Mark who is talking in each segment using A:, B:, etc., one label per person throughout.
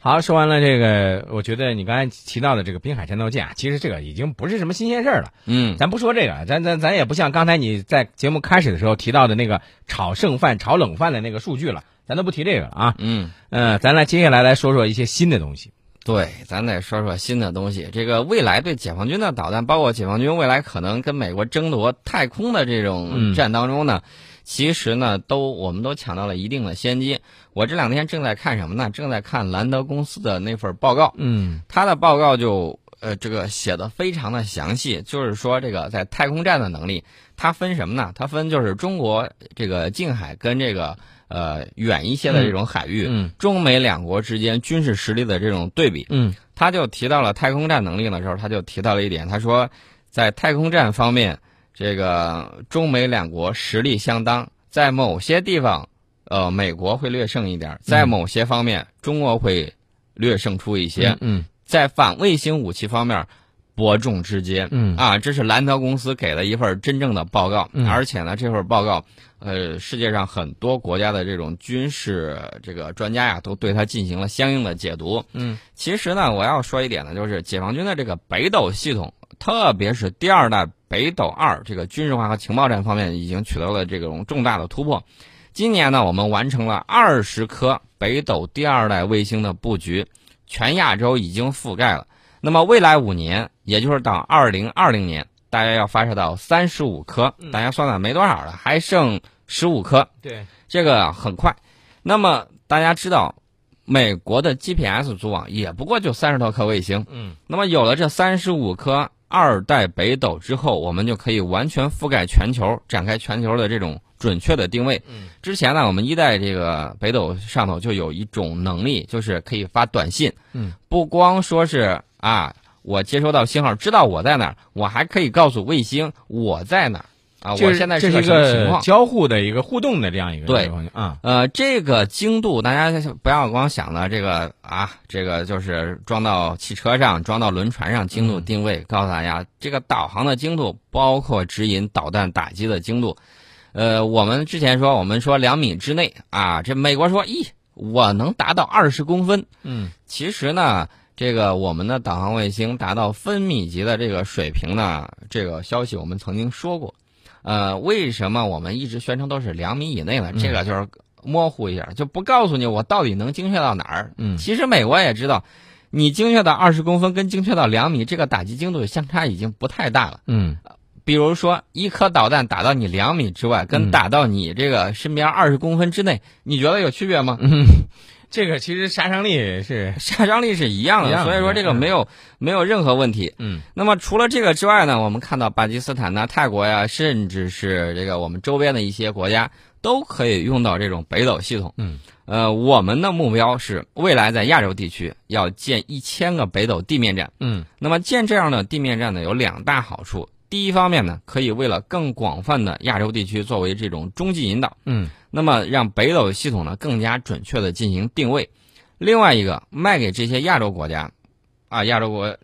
A: 好，说完了这个，我觉得你刚才提到的这个滨海战斗机啊，其实这个已经不是什么新鲜事儿了。
B: 嗯，
A: 咱不说这个，咱咱咱也不像刚才你在节目开始的时候提到的那个炒剩饭、炒冷饭的那个数据了，咱都不提这个了啊。
B: 嗯，
A: 嗯、咱来接下来来说说一些新的东西。
B: 对，咱得说说新的东西。这个未来对解放军的导弹，包括解放军未来可能跟美国争夺太空的这种
A: 嗯
B: 战当中呢，其实呢，都我们都抢到了一定的先机。我这两天正在看什么呢？正在看兰德公司的那份报告，
A: 嗯
B: 他的报告就呃这个写的非常的详细，就是说这个在太空站的能力，它分什么呢？它分就是中国这个近海跟这个呃远一些的这种海域。
A: 嗯
B: 中美两国之间军事实力的这种对比，
A: 嗯
B: 他就提到了太空站能力的时候，他就提到了一点，他说，在太空站方面，这个中美两国实力相当，在某些地方，呃，美国会略胜一
A: 嗯
B: 点儿，在某些方面，中国会略胜出一些，
A: 嗯
B: 在反卫星武器方面，伯仲之间。
A: 嗯
B: 啊，这是兰德公司给了一份真正的报告，
A: 嗯
B: 而且呢，这份报告，呃，世界上很多国家的这种军事这个专家呀，都对它进行了相应的解读。
A: 嗯，
B: 其实呢，我要说一点呢，就是解放军的这个北斗系统，特别是第二代北斗二这个军事化和情报战方面，已经取得了这种重大的突破。今年呢，我们完成了二十颗北斗第二代卫星的布局，全亚洲已经覆盖了。那么未来五年，也就是到二零二零年，大家要发射到三十五颗，大家算算没多少了，还剩十五颗，
A: 对，
B: 这个很快。那么大家知道，美国的 GPS 组网也不过就三十多颗卫星，
A: 嗯
B: 那么有了这三十五颗二代北斗之后，我们就可以完全覆盖全球，展开全球的这种准确的定位。
A: 嗯
B: 之前呢，我们一代这个北斗上头就有一种能力，就是可以发短信。
A: 嗯，
B: 不光说是啊，我接收到信号知道我在哪儿，我还可以告诉卫星我在哪儿啊，
A: 这
B: 我
A: 是
B: 现在
A: 这
B: 是
A: 是一
B: 什么情
A: 个
B: 况。
A: 交互的一个互动的这样一个
B: 对
A: 情况啊，
B: 呃，这个精度大家不要光想了，这个啊，这个就是装到汽车上、装到轮船上，精度定位、告诉大家，这个导航的精度，包括指引导弹打击的精度。呃，我们之前说，我们说两米之内啊，这美国说，咦，我能达到二十公分。
A: 嗯
B: 其实呢，这个我们的导航卫星达到分米级的这个水平呢，这个消息我们曾经说过。呃，为什么我们一直宣称都是两米以内呢？
A: 嗯
B: 这个就是模糊一下，就不告诉你我到底能精确到哪儿。
A: 嗯
B: 其实美国也知道，你精确到二十公分跟精确到两米，这个打击精度相差已经不太大了。
A: 嗯
B: 比如说，一颗导弹打到你两米之外，跟
A: 嗯
B: 打到你这个身边二十公分之内，你觉得有区别吗？
A: 嗯，这个其实杀伤力 是
B: 杀伤力是一
A: 一
B: 样的，
A: 样的
B: 所以说这个
A: 嗯
B: 没有没有任何问题。
A: 嗯
B: 那么除了这个之外呢，我们看到巴基斯坦呐、泰国呀，甚至是这个我们周边的一些国家，都可以用到这种北斗系统。
A: 嗯，
B: 呃，我们的目标是未来在亚洲地区要建一千个北斗地面站。
A: 嗯
B: 那么建这样的地面站呢，有两大好处。第一方面呢，可以为了更广泛的亚洲地区作为这种中继引导。
A: 嗯
B: 那么让北斗系统呢更加准确的进行定位。另外一个，卖给这些亚洲国家，啊，亚洲国，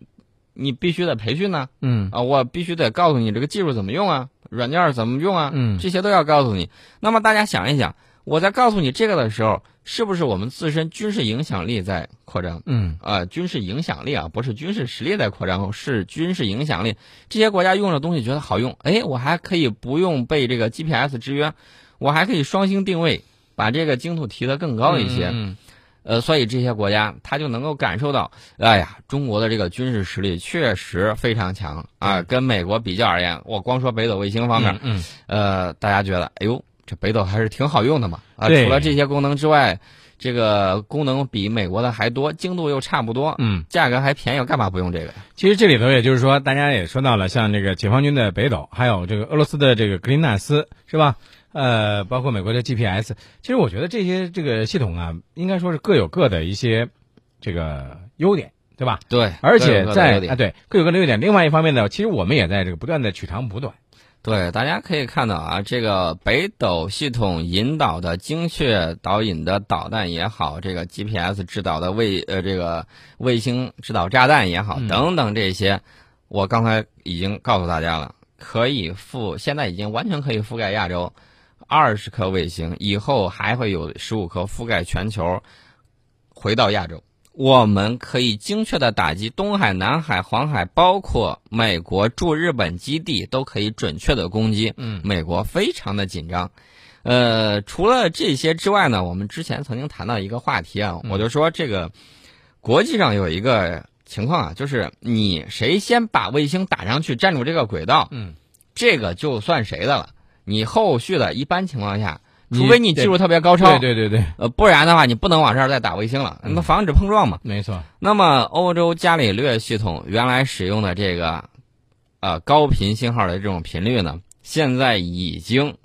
B: 你必须得培训呢、
A: 嗯
B: 啊，我必须得告诉你这个技术怎么用啊，软件儿怎么用啊，
A: 嗯
B: 这些都要告诉你。那么大家想一想，我在告诉你这个的时候，是不是我们自身军事影响力在扩张？
A: 嗯
B: 啊，军事影响力啊，不是军事实力在扩张，是军事影响力。这些国家用的东西觉得好用，哎，我还可以不用被这个 GPS 制约，我还可以双星定位，把这个精度提得更高一些。
A: 嗯
B: 呃，所以这些国家他就能够感受到，哎呀，中国的这个军事实力确实非常强啊。跟美国比较而言，我光说北斗卫星方面，
A: 嗯
B: 呃，大家觉得，哎呦，这北斗还是挺好用的嘛。啊，
A: 对
B: 除了这些功能之外，这个功能比美国的还多，精度又差不多，
A: 嗯。
B: 价格还便宜，干嘛不用这个呀？
A: 其实这里头也就是说，大家也说到了，像这个解放军的北斗，还有这个俄罗斯的这个格林纳斯，是吧？呃，包括美国的 GPS，其实我觉得这些这个系统啊，应该说是各有各的一些这个优点，对吧？
B: 对，
A: 而
B: 各有
A: 且
B: 各的
A: 在
B: 优
A: 啊，
B: 点
A: 对各有各的优点。另外一方面呢，其实我们也在这个不断的取长补短。呃
B: 对大家可以看到啊，这个北斗系统引导的精确导引的导弹也好，这个 GPS 制导的卫呃这个卫星制导炸弹也好，
A: 嗯
B: 等等这些，我刚才已经告诉大家了，可以覆现在已经完全可以覆盖亚洲，二十颗卫星，以后还会有十五颗覆盖全球，回到亚洲。我们可以精确的打击东海、南海、黄海，包括美国驻日本基地，都可以准确的攻击。
A: 嗯
B: 美国非常的紧张。呃，除了这些之外呢，我们之前曾经谈到一个话题啊，
A: 嗯
B: 我就说这个国际上有一个情况啊，就是你谁先把卫星打上去占住这个轨道，
A: 嗯，
B: 这个就算谁的了。你后续的一般情况下，
A: 你
B: 除非你技术特别高超，
A: 对对对对，
B: 呃，不然的话你不能往这儿再打卫星了，
A: 嗯
B: 那防止碰撞嘛。
A: 没错，
B: 那么，欧洲伽利略系统原来使用的这个，呃，高频信号的这种频率呢，现在已经，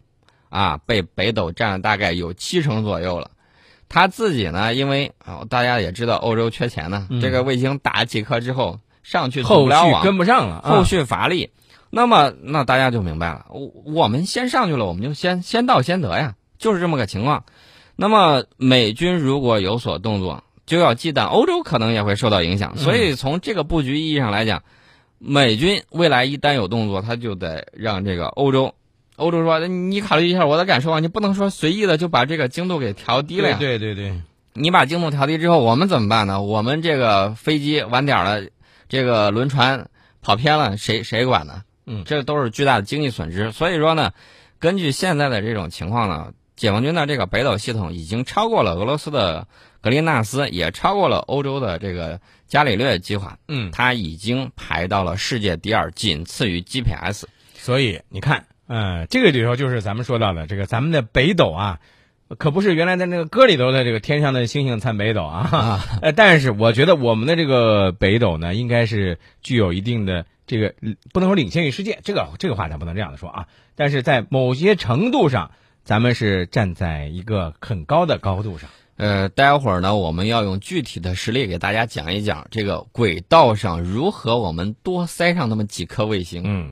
B: 啊，被北斗占了大概有七成左右了。他自己呢，因为啊、大家也知道欧洲缺钱呢，
A: 嗯
B: 这个卫星打几颗之后上去组
A: 后
B: 不了
A: 续
B: 网，
A: 跟不上了，
B: 后
A: 啊
B: 续乏力。那么，那大家就明白了，我我们先上去了，我们就先先到先得呀，就是这么个情况。那么，美军如果有所动作，就要忌惮欧洲可能也会受到影响。
A: 嗯
B: 所以，从这个布局意义上来讲，美军未来一旦有动作，他就得让这个欧洲，欧洲说你考虑一下我的感受啊，你不能说随意的就把这个精度给调低了呀。
A: 对对对对，
B: 你把精度调低之后，我们怎么办呢？我们这个飞机晚点儿了，这个轮船跑偏了，谁谁管呢？
A: 嗯
B: 这都是巨大的经济损失。所以说呢，根据现在的这种情况呢，解放军的这个北斗系统已经超过了俄罗斯的格林纳斯，也超过了欧洲的这个伽利略计划，
A: 嗯，
B: 它已经排到了世界第二，仅次于 GPS。
A: 所以你看，嗯，这个里头就是咱们说到的这个咱们的北斗啊，可不是原来在那个歌里头的这个天上的星星参北斗啊。呃， 但是我觉得我们的这个北斗呢，应该是具有一定的这个嗯不能说领先于世界，这个这个话咱不能这样的说啊。但是在某些程度上，咱们是站在一个很高的高度上。
B: 呃，待会儿呢，我们要用具体的实例给大家讲一讲这个轨道上如何我们多塞上那么几颗卫星。
A: 嗯。